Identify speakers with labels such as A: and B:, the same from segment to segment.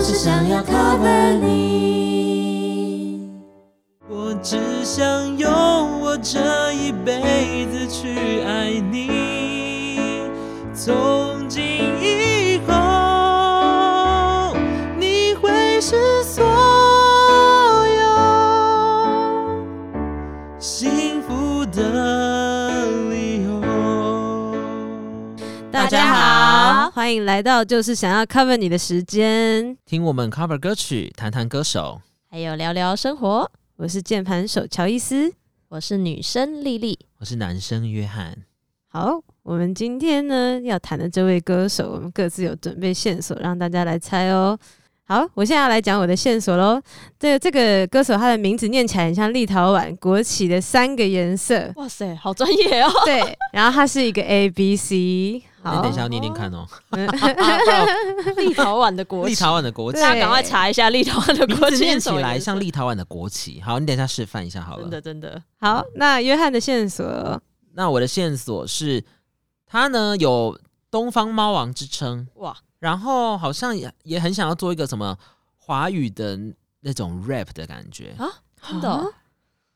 A: 只想要 cover 你。
B: 我只想用我这一辈子去爱你，从今以后，你会是所有幸福的理由。
A: 大家好，欢迎来到就是想要 cover 你的时间，
B: 听我们 cover 歌曲，谈谈歌手。
A: 还有聊聊生活。我是键盘手乔伊斯。
C: 我是女生丽丽，，
B: 我是男生约翰，
A: 好，我们今天呢要谈的这位歌手，我们各自有准备线索让大家来猜哦。好，我现在要来讲我的线索喽。这这个歌手他的名字念起来很像立陶宛国旗的三个颜色
C: 哇塞，好专 业哦！
A: 对，然后他是一个 A B C。
B: 那
A: 好，
B: 哎等一下要念念看哦。
C: 啊立陶宛的国
B: 立
C: 旗，啊
B: 陶宛的国旗
A: 对，
C: 大家赶快查一下立陶宛的
B: 名
C: 国
B: 字
C: 旗
B: 念
C: 是
B: 起
C: 什么
B: 来
C: 颜色
B: 像立陶宛的国旗。好，你等一下示范一下好
C: 真
B: 了
C: 的。真的，
A: 好，那约翰的线索，
B: 那我的线索是，他呢有东方猫王之称，
C: 哇，
B: 然后好像也也很想要做一个什么华语的那种 rap 的感觉，
C: 啊真的哦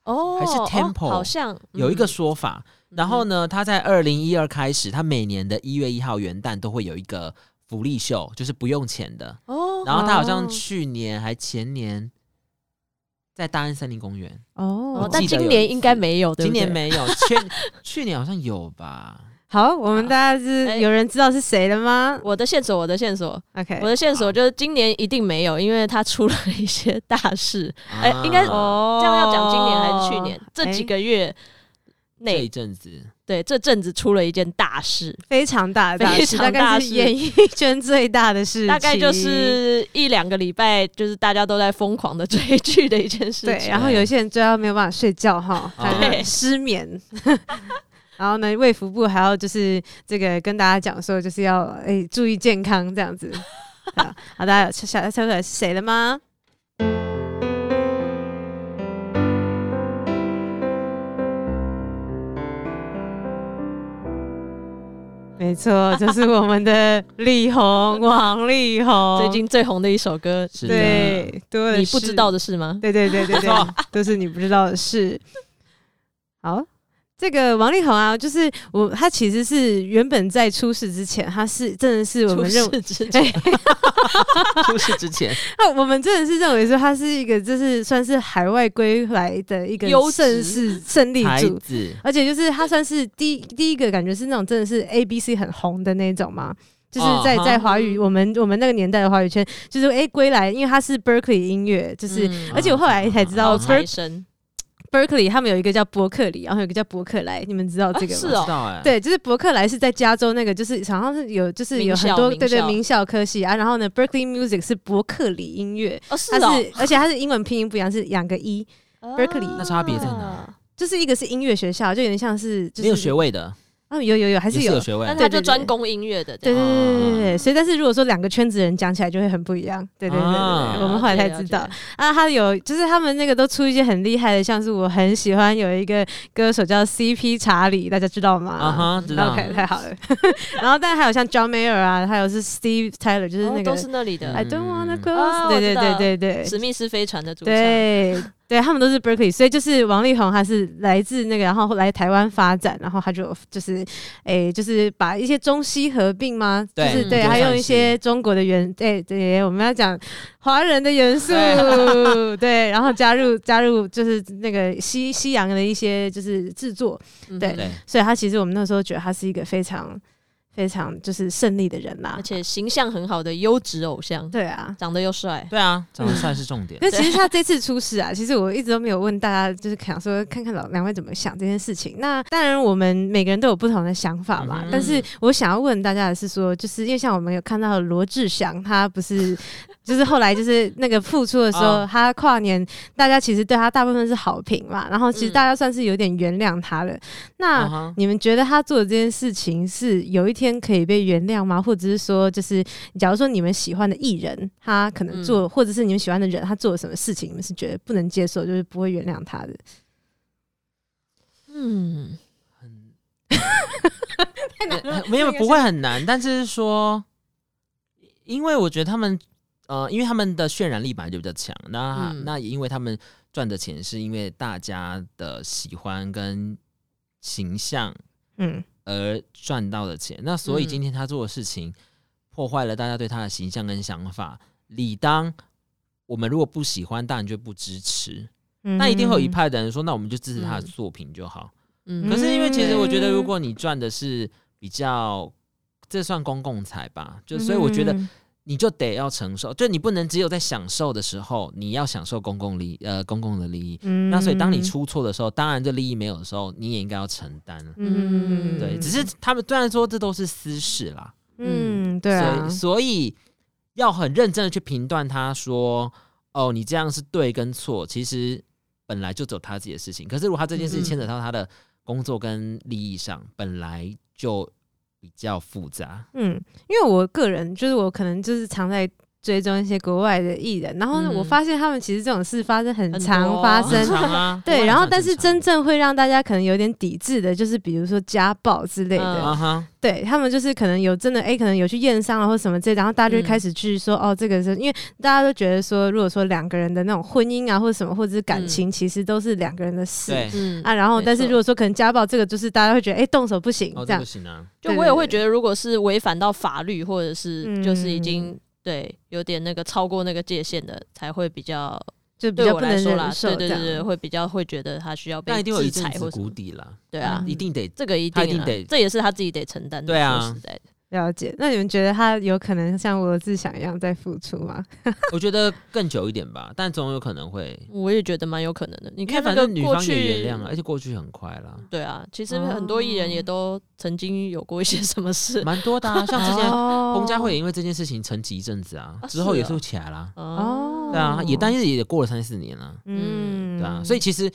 C: 哦，
B: 啊还是
C: 哦
B: tempo
C: 好像
B: 有一个
C: 嗯
B: 说法。然后呢，他在二零一二开始，他每年的一月一号元旦都会有一个福利秀，就是不用钱的。
C: 哦，
B: 然后他好像
A: 哦
B: 去年还前年在大安森林公园，
A: 哦
C: 哦，
B: 我
C: 但
B: 记得有
C: 今
B: 一
C: 年
B: 次
C: 应该没有，对
B: 今
C: 不对
B: 年没 有，前去年好像有吧？
A: 好，我们大家
C: 哎
A: 是有人知道是谁了吗
C: 我的线索，我的线索，
A: ？OK，
C: 我的线
B: 哎好
C: 索就是今年一定没有，因为他出了一些大事。哎
B: 啊
C: 应该
A: 哦
C: 这样要讲今年还是去年？这几
A: 哎
C: 个月
B: 这
C: 内
B: 一，阵子
C: 对，这阵子出了一件大事，
A: 非常
B: 哎
A: 大的大
C: 非
A: 事，
C: 常
A: 大
C: 大
A: 概是
C: 事
A: 演艺圈最大的事情，
C: 大概就是一两个礼拜，就是大家都在疯狂的 追剧的一件事
A: 对，
C: 情。
A: 然后有一些人追到没有办法睡觉 哈，
B: 哦
A: 还有失眠。 然后呢，卫福部还要就是这个跟大家讲说，就是要诶、注意健康这样 子。好，好，大家有猜猜猜出来是谁了吗？没错，就是我们的力宏，王力宏。
C: 最近最红的一首歌，
B: 是的，
A: 对多的
C: 你不
A: 是
C: 知道的事吗？
A: 对对对对对，都是你不知道的事。好，这个王力宏啊，就是我，他其实是原本在出事之前，他是真的是我们认为，
C: 出事之前，
B: 出事之 前
A: 啊，我们真的是认为说他是一个，就是算是海外归来的一个
C: 优
A: 胜
C: 质
A: 是胜利
B: 孩
A: 组。
B: 子
A: 而且就是他算是第第一个感觉是那种真的是 A B C 很红的那种嘛，就是在
B: 哦哈
A: 在华语我们我们那个年代的华语圈，就是哎归来，因为他是 Berkeley 音乐，就是、
C: 嗯
A: 而且我后来才知
C: 然后
A: 道 Berkeley
C: 财神
A: Berkeley 他们有一个叫伯克利，然后有一个叫伯克莱，你们知道这个吗？
C: 啊是
B: 不
C: 哦
B: 知道哎，，
A: 对，就是伯克莱是在加州那个，就是好像是有就是有很多
C: 名校
A: 对对
C: 名校
A: 名校科系啊，然后呢，Berkeley Music 是伯克里音乐，
C: 哦是
A: 它
C: 哦
A: 是而且它是英文拼音不一样，是两个一，Berkeley
B: 那差别在哪？
C: 啊
A: 就是一个是音乐学校，就有点像是就是
B: 没有学位的，
A: 啊，有有有还
B: 也
A: 是
B: 是
A: 有
B: 有，学位
C: 但
A: 对
C: 他就
A: 对对
C: 专攻音乐的，
A: 对对
C: 对
A: 对对对对，
B: 啊
A: 所以但是如果说两个圈子的人讲起来就会很不一样，对对对对
B: 啊
A: 对，我们后来才知道
C: 了解了解
A: 啊，他有就是他们那个都出一些很厉害的，像是我很喜欢有一个歌手叫 CP 查理，大家知道吗？
B: 啊
C: 嗯
B: 哈，知道
A: OK，太好了。 然后，但还有像 John Mayer 啊，还有是 Steve Tyler，就是
C: 哦
A: 那个、
C: 都是那里的
A: I don't wanna
B: 嗯
A: go，、
C: 哦
A: 对
C: 我
A: 对
C: 知道
A: 对对对
C: 史密斯飞船的主唱，
A: 对 对，他们都是 Berkeley，所以就是王力宏他是来自那个，然后来台湾发展，然后他就就是诶、就是把一些中西合并吗？就
B: 对
A: 是
C: 嗯
A: 对，
B: 就
A: 还用
B: 算是
A: 一些中国的元诶、对，我们要讲华人的元素， 对，然后加入加入就是那个西西洋的一些就是制作，
C: 嗯
A: 对
B: 对，
A: 所以他其实我们那时候觉得他是一个非常非常就是胜利的人啦
C: 而。且形象很好的优质偶像，
A: 对啊，
C: 长得又帅，
B: 对啊，长得帅是重 点，
A: 可是其实他这次出事啊，其实我一直都没有问大家，就是想说看看老两位怎么想这件事情。那当然我们每个人都有不同的想法嘛，
B: 嗯
A: 但是我想要问大家的是说，就是因为像我们有看到罗志祥，他不是 就是后来就是那个复出的时候，
B: 哦
A: 他跨年大家其实对他大部分是好评嘛，然后其实
C: 嗯
A: 大家算是有点原谅他了。那、
B: 啊 哈
A: 你们觉得他做的这件事情是有一天可以被原谅吗？或者是说，就是假如说你们喜欢的艺人，他可能
B: 嗯
A: 做，或者是你们喜欢的人，他做了什么事情，你们是觉得不能接受，就是不会原谅他的？
C: 嗯，
B: 很呃没有不会很难，但是说，因为我觉得他们呃，因为他们的渲染力本来就比较强，那、
C: 嗯
B: 那也因为他们赚的钱是因为大家的喜欢跟形象
A: 嗯，
B: 而赚到的钱，那所以
C: 嗯
B: 今天他做的事情、破坏了大家对他的形象跟想法，理当我们如果不喜欢，当然就不支持，
A: 嗯
B: 那一定会有一派的人说，那我们就支持他的
C: 嗯
B: 作品就好。
C: 嗯
B: 可是因为其实我觉得，
A: 嗯
B: 如果你赚的是比较，这算公共财吧，就
A: 嗯，
B: 所以我觉得
A: 嗯
B: 你就得要承受，就你不能只有在享受的时候，你要享受公共利呃公共的利益。
A: 嗯
B: 那所以当你出错的时候，当然这利益没有的时候，你也应该要承担。啊
A: 嗯
B: 对，只是他们虽然说这都是私事啦，
A: 嗯，对啊
B: 所以，所以要很认真的去评断他说，哦，你这样是对跟错，其实本来就走他自己的事情。可是如果他这件事
C: 嗯
B: 情牵扯到他的工作跟利益上，本来就比较复杂。
A: 嗯，因为我个人就是我可能就是常在追踪一些国外的艺人，然后呢，
C: 嗯
A: 我发现他们其实这种事发生很
C: 很
A: 常
C: 多
A: 发
C: 真
A: 生
B: 正。常啊，
A: 对，
B: 我也
A: 然后
B: 很
A: 但是
B: 正
A: 真正会让大家可能有点抵制的，就是比如说家暴之类的，
B: 常啊哈，
A: 对他们就是可能有真的哎、诶可能有去验伤了或什么之类的，然后大家就会
C: 嗯
A: 开始去说、哦，这个是因为大家都觉得说，如果说两个人的那种婚姻啊或者什么或者是感
C: 嗯
A: 情，其实都是两个人的事、
B: 对，
C: 嗯
A: 啊。然后
C: 没
A: 但是
C: 错
A: 如果说可能家暴这个，就是大家会觉得哎、诶动手不行、
B: 哦，
A: 这
B: 这
A: 样
B: 不，行啊，
C: 就我也会觉得，如果是违反到法律，或者
A: 嗯
C: 是就是已经、对有点那个超过那个界限的，才会比较
A: 就比
C: 对
A: 较
C: 我
A: 不
C: 来
A: 能
C: 说
A: 忍
C: 啦，
A: 受
C: 对
A: 这
C: 对对
A: 样。
C: 对，会比较会觉得他需要被
B: 那一定会有
C: 制
B: 一阵
C: 裁
B: 子
C: 或什
B: 谷
C: 么。
B: 底啦，
C: 对
A: 嗯
C: 啊，
B: 一定得
C: 这个一
B: 他
C: 定
B: 一定
C: 啊，
B: 得
C: 这也是他自己得承担的。
B: 对啊
C: 说实在的，
A: 了解。那你们觉得他有可能像罗志祥一样在付出吗？
B: 我觉得更久一点吧，但总有可能会。
C: 我也觉得蛮有可能的。你
B: 你
C: 看
B: 看，反
C: 那个
B: 正女
C: 过
B: 方也
C: 去，
B: 原谅了，而且过去很快啦，
C: 对啊，其实很多艺人
A: 哦
C: 也都曾经有过一些 什么 事。
B: 蛮多的、啊。像之前
A: 哦
B: 彭佳慧也因为这件事情沉寂一阵子啊，
C: 啊
B: 之后也
C: 是啊
B: 是起来啦。
A: 哦
B: 对啊，也
A: 带
B: 但是也过了三四年了，
A: 嗯，
B: 对啊，所以其实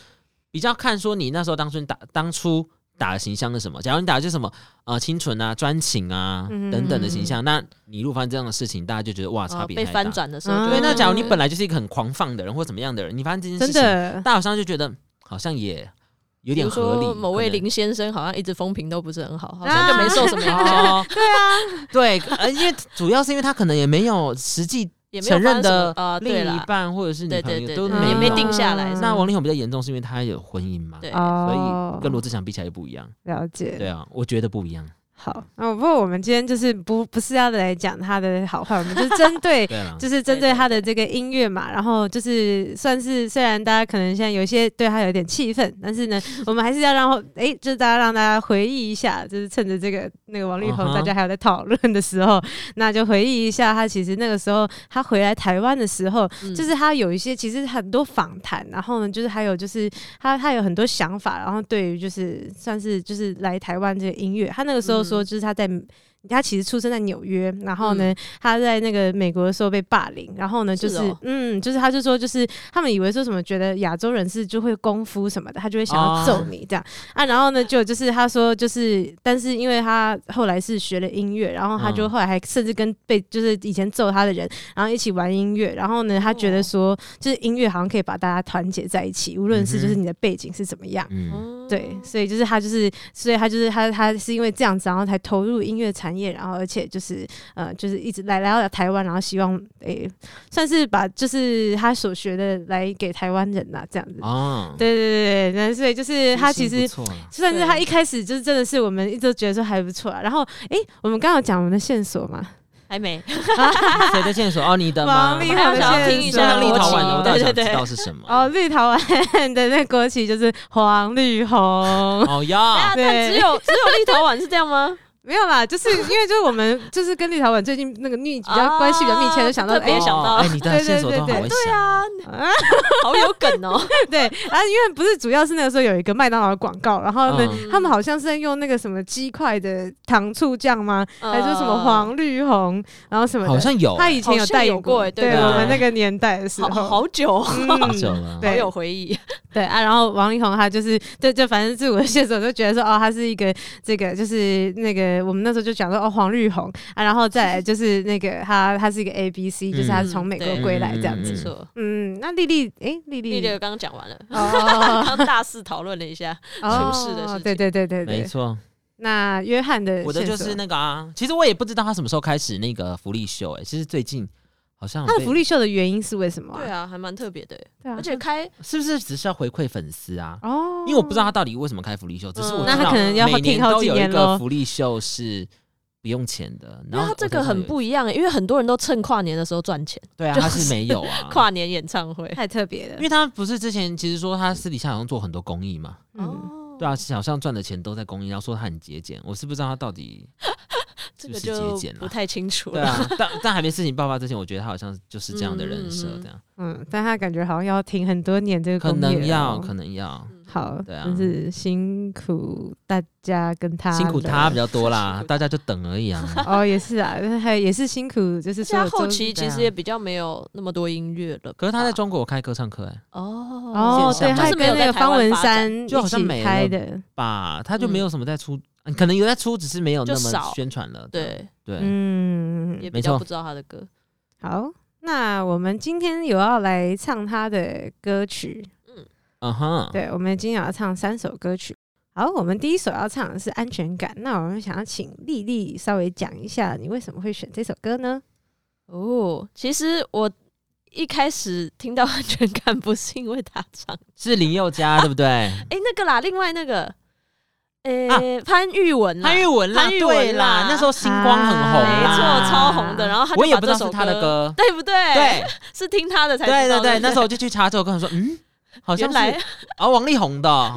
B: 比较看说你那时候当初打当初打的形象是什么。假如你打的就是什么呃清纯啊、专情啊
A: 嗯
B: 等等的形象，那你如果发生这样的事情，大家就觉得哇，差
C: 啊
B: 别
C: 被
B: 太
C: 翻
B: 大。
C: 转的时候就
A: 嗯
C: 会觉得，
B: 对，那假如你
A: 嗯
B: 本来就是一个很狂放的人或怎么样的人，你发生这件
A: 真
B: 事情，
A: 的
B: 大家好像就觉得嗯好像也有
C: 比
B: 点
C: 如
B: 合理
C: 说。某位
B: 可能
C: 林先生好像一直风评都不是很好，好像就没受什么影响，
B: 哦，对啊，对，呃，因为主要是因为他可能也没有实际
C: 也没有
B: 承认的
C: 啊，对
B: 另一
C: 啦，
B: 半或者是女
C: 对
B: 朋
C: 对
B: 友
C: 对，
B: 都
C: 对
B: 没
C: 也
B: 有啊
C: 没定下来
A: 嗯，
B: 那王力宏比较严重，是因为他有婚姻嘛，
C: 对
A: 哦
B: 所以，跟罗志祥比起来就不一样。
A: 了解。
B: 对啊，我觉得不一样。
A: 好，那不过我们今天就是不不是要来讲他的好坏，我们就是针对。
B: 对啊，
A: 就是针对他的这个音乐嘛，然后就是算是虽然大家可能现在有一些对他有点气愤，但是呢，我们还是要让后哎、就是大家让大家回忆一下，就是趁着这个那个王力宏
B: 嗯哼
A: 大家还有在讨论的时候，那就回忆一下他其实那个时候他回来台湾的时候，
C: 嗯
A: 就是他有一些其实很多访谈，然后呢，就是还有就是他他有很多想法，然后对于就是算是就是来台湾这个音乐，他那个时候说就是他在。他其实出生在纽约，然后呢，他在那个美国的时候被霸凌，然后呢，就是
C: 是哦
A: 嗯，就是他就说，就是他们以为说什么觉得亚洲人是就会功夫什么的，他就会想要
B: 哦
A: 揍你这样、啊，然后呢，就就是他说就是，但是因为他后来是学了音乐，然后他就
B: 嗯
A: 后来还甚至跟被就是以前揍他的人然后一起玩音乐，然后呢，他觉得说，就是音乐好像可以把大家团结在一起，无论是就是你的背景是怎么样，
B: 嗯，
A: 对，所以就是他就是，所以他就是他他是因为这样子，然后才投入音乐产业，然后而且就是呃，就是一直来来到台湾，然后希望诶、算是把就是他所学的来给台湾人呐、这样子。
B: 哦，
A: 对对对对，那所以就是他其实
B: 不错啊啦
A: 算是他
C: 对
A: 一开始就是真的是我们一直都觉得说还不错啊。然后诶、我们刚刚有讲我们的线索嘛，
C: 还没，
B: 谁的线索？哦，你的吗？
A: 王力
C: 我还
A: 宏的
C: 想要
A: 线
C: 听一
A: 索
C: 下
B: 像立陶宛的，我倒
C: 对对
B: 想
C: 对
B: 知道是什么。
A: 哦，立陶宛 的那国旗就是黄绿红，
B: 哦呀，
C: 啊，但只有只有立陶宛是这 样吗？
A: 没有啦，就是因为就是我们就是跟立陶宛最近那个密比较
C: 啊
A: 关系比较密切，就想到
C: 特
A: 哎
C: 别没想到
B: 哦哎，你的线索都好
A: 对
B: 会想。
C: 啊，
A: 啊
C: 好有梗哦，
A: 对，啊，因为不是主要是那个时候有一个麦当劳的广告，然后呢，
B: 嗯
A: 他们好像是在用那个什么鸡块的糖醋酱吗？ 还是说什么黄绿红，然后什么的
B: 好像有，啊
A: 他以前有代言
C: 哦好像有过哎对
A: 对
B: 对
A: 我
B: 对
A: 们那个年代的时
C: 好
A: 候，
C: 好久哦，
A: 嗯
B: 好啊久了。
A: 对
C: 好有回忆，
A: 对啊，然后王力宏他就是对，就反正自我的线索就觉得说，哦，他是一个这个就是那个我们那时候就讲说，哦，黄绿红啊，然后再来就是那个他他是一个 A B C，、就是他是从美国归来这样
B: 嗯
A: 子
C: 没
B: 对。
C: 错。
A: 嗯，那丽丽，诶，丽丽
C: 丽丽刚刚讲完了，
A: 哦
C: 刚刚大肆讨论了一下，
A: 哦，
C: 出事的事情
A: 对对对对
B: 没
A: 对。
B: 错，
A: 那约翰的
B: 我的就
A: 线索
B: 欸是那个啊，其实我也不知道他什么时候开始那个福利秀，哎，其实最近好好像有
A: 他的
B: 被
A: 福利秀的原因是为什么、
C: 对，啊，还蛮特别的耶，
A: 对啊，
C: 而且开
B: 是不是只是要回馈粉丝啊？
A: 哦，
B: 因为我不知道他到底为什么开福利秀，只是我
C: 嗯
B: 知
A: 那他
B: 道
A: 可能要
B: 每
A: 听
B: 年
A: 好
B: 都
A: 几
B: 有一
A: 年
B: 个
A: 喽。
B: 福利秀是不用钱的。
C: 因
B: 然
C: 为
B: 后
C: 它这
B: 我
C: 个
B: 看到
C: 很
B: 有
C: 不一样欸，因为很多人都趁跨年的时候赚钱，
B: 对啊，
C: 就
B: 他是
C: 是。
B: 没有啊
C: 跨年演唱会。
A: 太特别了
B: 因为，他不是之前其实说他私底下好像做很多公益嘛，
A: 嗯，
C: 哦
B: 对啊，好像赚的钱都在公益，然后说他很节俭，我是不知道他 到底
C: 这个
B: 是不是
C: 就
B: 节俭啊
C: 不太清楚
B: 对
C: 了。
B: 啊，但但还没事情爆发之前，我觉得他好像就是这样的人设
C: 嗯嗯嗯
B: 这样，
A: 嗯，但他感觉好像要停很多年这个
B: 可
A: 工业
B: 能
A: 了
B: 要
A: 哦
B: 可能要
A: 好，
B: 对啊
A: 真是辛苦大家跟
C: 啊
A: 他
B: 辛苦
A: 了
B: 他比较多
C: 辛
B: 啦
C: 苦，
B: 大家就等而 已啊。
A: 哦，也是啊，还有也是辛苦，就是
C: 现在
A: 说
C: 后期其
B: 对啊
C: 实也比较没有那么多音乐了吧。
B: 可是他在中国有开歌唱课哎、
C: 哦
A: 哦，
B: 线
A: 对，
B: 上
A: 他
C: 就
B: 还
C: 是没
A: 跟
C: 有
A: 那
C: 在
A: 个
C: 台
A: 方
C: 湾
A: 文
C: 发展，
A: 山
B: 就
A: 一
B: 好像
A: 起
B: 没
A: 开
B: 了
A: 的，
B: 吧，他就没有什么在出，嗯可能有在出，只是没有那
C: 就
B: 么
C: 少
B: 宣传了。
C: 对，
B: 对，
A: 嗯，
C: 也比
B: 没
C: 较
B: 错
C: 不知道他的歌。
A: 好，那我们今天有要来唱他的歌曲，
B: 嗯哼，
A: 对，我们今天要唱三首歌曲。好，我们第一首要唱的是《安全感》，那我们想要请丽丽稍微讲一下，你为什么会选这首歌呢？
C: 哦，其实我一开始听到安全感不是因为他唱，
B: 是林宥嘉对不 对？
C: 哎、那个啦，另外那个，呃、
B: 啊
C: 潘玉文啦，
B: 潘越文啦，
C: 潘越文啦
B: 对啦，那时候星光很红
C: 没
B: 啦，
C: 错，超红的。然后他就
B: 啊我也
C: 把
B: 不知
C: 这
B: 道
C: 首
B: 是他的，歌，
C: 对不对？，
B: 对
C: 是听他的才知道
B: 对对对，
C: 不
B: 那时候我就去查这首歌，我说嗯，好像
C: 原来
B: 是 啊王力宏的哦，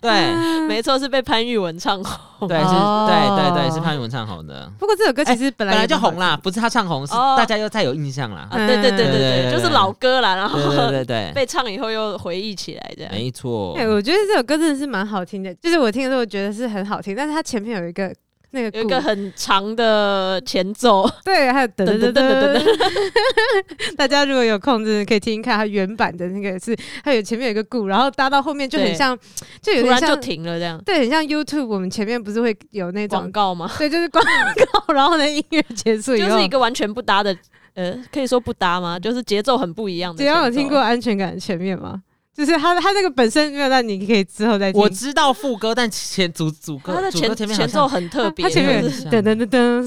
B: 对
C: 没错，是被潘玉文唱 红。
B: 对是，
A: 哦
B: 对对对是潘越文唱红的，
A: 不过这首歌其实本
B: 哎本
A: 来、
B: 来就红啦，，不是他唱红，是
C: 哦
B: 大家又太有印象啦
C: 啊，。对对对
B: 嗯对对
C: 对
B: 对
C: 对，就是
B: 对
C: 老歌啦，然后
B: 对对对对，
C: 被唱以后又回忆起来，这样
B: 没错
A: 哎、，我觉得这首歌真的是蛮好听的，就是我听的时候我觉得是很好听，但是它前面有一个那个
C: 有一
A: 鼓
C: 个很长的前奏，
A: 对，还有噔噔噔
C: 噔噔
A: 噔
C: 噔
A: 噔， 大家如果有空，真的可以听听看它原版的那个是，它有前面有一个鼓，然后搭到后面就很
C: 对
A: 像，就有
C: 突
A: 点
C: 然就
A: 像，
C: 停了，这样
A: 对，很像 YouTube，我们前面不是会有那
C: 广
A: 种，
C: 告吗？
A: 对，就是广告，然后呢音乐结束以
C: 就
A: 后，
C: 是一个完全不搭的，呃，可以说不搭吗？就是节奏很不一样的
A: 只
C: 前奏。
A: 要有听过《安全感》的前面吗？就是它它那个本身没有，但你可以之后再听。
B: 我知道副歌，但前主主歌
C: 它的
B: 主歌
C: 前
B: 前面
C: 前
B: 好像
C: 奏很特别，
A: 它前面
C: 就
A: 有
C: 是
B: 是
A: 噔噔噔噔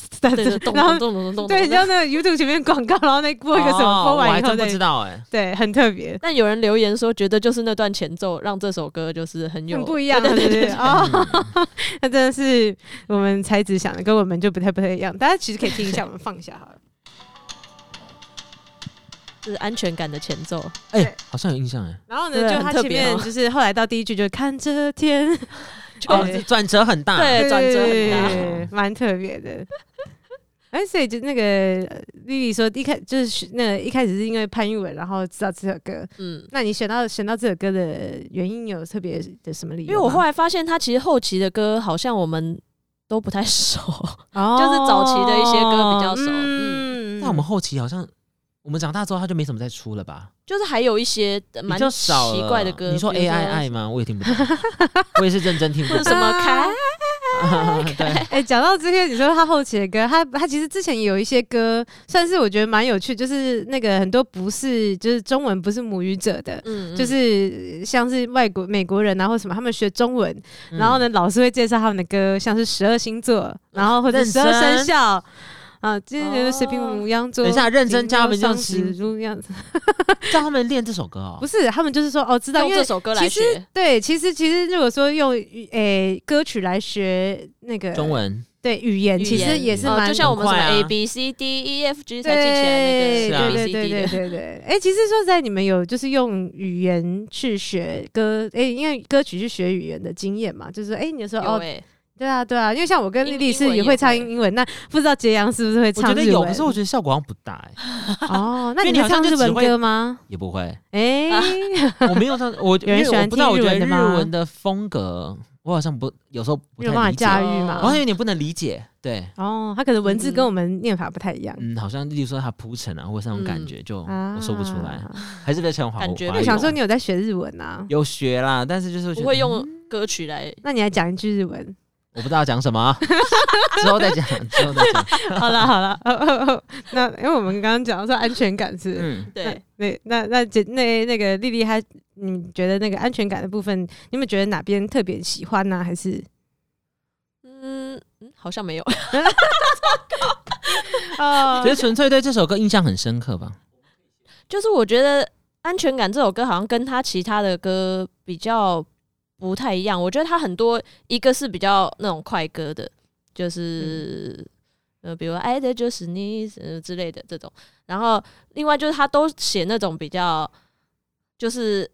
A: ，start
C: 对对，咚
A: start，然
C: 咚
A: 后
C: 咚咚咚
A: 对，
C: 咚
A: 你知。道那个 YouTube 前面广告，然后那播一个什么，播
B: 哦我还
A: 完以后
B: 真不
A: 再
B: 知道哎、
A: 对，很特别。
C: 但有人留言说，觉得就是那段前奏让这首歌就是很有
A: 很不一样，
C: 对
A: 对
C: 对
A: 对对
C: 对嗯对
A: 哦， 那真的是我们才子想的，跟我们就不太不太一样。大家其实可以听一下，我们放一下好了。
C: 就是安全感的前 奏。
B: 哎、
A: 对
B: 好像有印象哎、
A: 然后呢，
C: 对
A: 就
C: 很
A: 他
C: 特
A: 前
C: 别
A: 面
C: 哦
A: 就是后来到第一句就看这天，
C: 就
B: 哦，这转折很大，
C: 对转折很大
A: 对蛮特别的。哎，所以就那个呃丽丽说，一开就是那个一开始是因为潘玉文，然后知道这首歌。
C: 嗯，
A: 那你选到选到这首歌的原因有特别的什么理由
C: 因
A: 吗？
C: 为我后来发现他其实后期的歌好像我们都不太熟，
A: 哦
C: 就是早期的一些歌比较熟
A: 嗯，
B: 但我们后期好像我们长大之后，他就没什么再出了吧？
C: 就是还有一些呃
B: 比
C: 蛮
B: 较
C: 奇
B: 少了
C: 怪的歌，
B: 你说
C: 比如
B: A I I 吗？我也听不懂，我也是认真听不
C: 或者
B: 懂。
C: 什么 开，
B: 对，
A: 哎、讲到这些，你说他后期的歌，他他其实之前也有一些歌，算是我觉得蛮有趣，就是那个很多不是就是中文不是母语者的。
C: 嗯，嗯
A: 就是像是外国美国人啊，或什么，他们学中文，
B: 嗯
A: 然后？呢，老师会介绍他们的歌，像是十二星座，然后或者
B: 认
A: 十二生
B: 真
A: 肖，啊，今天觉得
C: 哦
A: 水瓶母羊座，
B: 等一下，认真教他们这
A: 上
B: 样
A: 时
B: 子，
A: 如样子，
B: 教他们练这首歌哦
A: 不。是，他们就是说哦，知道，
C: 用
A: 因
C: 这
A: 为
C: 首歌
A: 其
C: 来
A: 实
C: 学，
A: 对，其实其实如果说用语诶、歌曲来学那个
B: 中，文
A: 对语言，
C: 语
A: 其实
C: 言
A: 也是
C: 哦
A: 蛮、
C: 就像我们什么
B: 很快啊
C: A B C D E F G 才
A: 对
C: 记起来
A: 对
C: 那个 A
B: 是啊
C: B
A: 对
C: C
A: 对
C: D
A: 对
C: 的，
A: 对对。哎、其实说实在，你们有就是用语言去学歌，哎、因为歌曲去学语言的经验嘛，就是哎、诶你就说
C: 有
A: 哦，
C: 哎，
A: 对啊对啊，因为像我跟丽
C: 英
A: 丽
C: 英文
A: 是也
C: 也
A: 会唱
C: 会
A: 英文，那不知道杰阳是不是会
B: 我
A: 唱
B: 觉得
A: 日文？
B: 有，可是我觉得效果好像不大哎，
A: 哦，那
B: 因为
A: 你
B: 你
A: 会
B: 好
A: 唱
B: 像
A: 日
B: 就
A: 文
B: 只会
A: 歌吗？
B: 也不会。
A: 哎、
C: 啊
B: 我没有唱，我
A: 有人
B: 因为
A: 喜欢
B: 我不知道，
A: 听
B: 我
A: 日
B: 觉得
A: 文的
B: 日
A: 吗
B: 文的风格，我好像不有时候不
A: 没有办
B: 太
A: 法啊
B: 理解，
A: 驾驭
B: 我
A: 嘛。
B: 好
C: 哦
B: 像有点不能理解。对，
A: 哦，他可能文字跟
C: 嗯
A: 我们念法不太一样。
B: 嗯，好像例如说他铺陈啊，或是那种感觉，就
A: 啊，
B: 嗯我说不出来，，还是比较喜欢华
C: 感
B: 文
C: 觉
B: 华
A: 我
B: 语
C: 不
A: 想
B: 吧
A: 说你有在学日文啊？
B: 有学啦，但是就是我觉得
C: 不会
B: 嗯
C: 用歌曲来，
A: 那你来讲一句日文。
B: 我不知道讲什 么啊，之后再讲，之后再讲。
A: 好了好了，哦哦哦， 那因为我们刚刚讲到说安全感是，
B: 嗯，
C: 对，
A: 那那那姐那那个丽丽，她你觉得那个安全感的部分，你有没有觉得哪边特别喜欢呢、啊还是
C: 嗯，嗯好像没有，
A: 哦
B: 只是纯粹对这首歌印象很深刻吧？
C: 就是我觉得《安全感》这首歌好像跟他其他的歌比较不太一样。我觉得他很多一个是比较那种快歌的，就是、呃，比如说爱的就是你、呃、之类的这种。然后另外就是他都写那种比较就是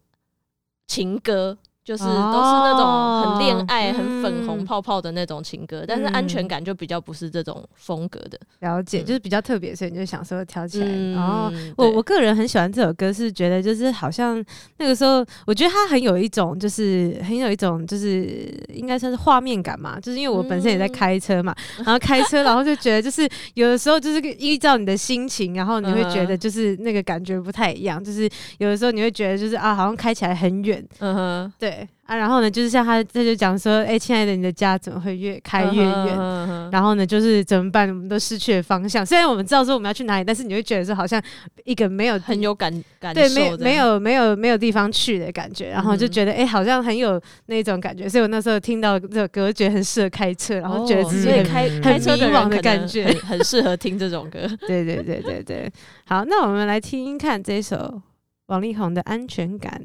C: 情歌。就是都是那种很恋爱、
A: 哦
C: 很粉
A: 嗯
C: 红泡泡的那种情歌，但是
A: 嗯
C: 安全感就比较不是这种风格的。
A: 了解，
C: 嗯
A: 就是比较特别，所以你就想说挑起来。
C: 嗯，
A: 哦，我
C: 对
A: 我个人很喜欢这首歌，是觉得就是好像那个时候，我觉得它很有一种就是很有一种就是应该算是画面感嘛，就是因为我本身也在
C: 嗯
A: 开车嘛，然后开车，然后就觉得就是有的时候就是依照你的心情，然后你会觉得
C: 嗯
A: 就是那个感觉不太一样，就是有的时候你会觉得就是啊，好像开起来很远，
C: 嗯哼，
A: 对啊，然后呢，就是像他他就讲说，哎、亲爱的，你的家怎么会越开越
C: 嗯哼
A: 远？
C: 嗯哼
A: 然后呢，就是怎么办？我们都失去了方向。虽然我们知道说我们要去哪里，但是你会觉得说好像一个没有
C: 很有感感受
A: 对
C: 这
A: 没
C: 样，
A: 没有没有没有地方去的感觉，然后就
C: 嗯
A: 觉得哎、诶好像很有那种感觉。所以我那时候听到这首歌，觉得很适合开车，然后觉得
C: 哦
A: 自己
C: 所以
A: 很、
C: 开
B: 很
C: 开车
A: 迷
C: 的
A: 惘
C: 人
A: 的
C: 可
A: 感
C: 能
A: 觉
C: 很很适合听这种 歌。
A: 对对对对对。好，那我们来听听看这首王力宏的《安全感》。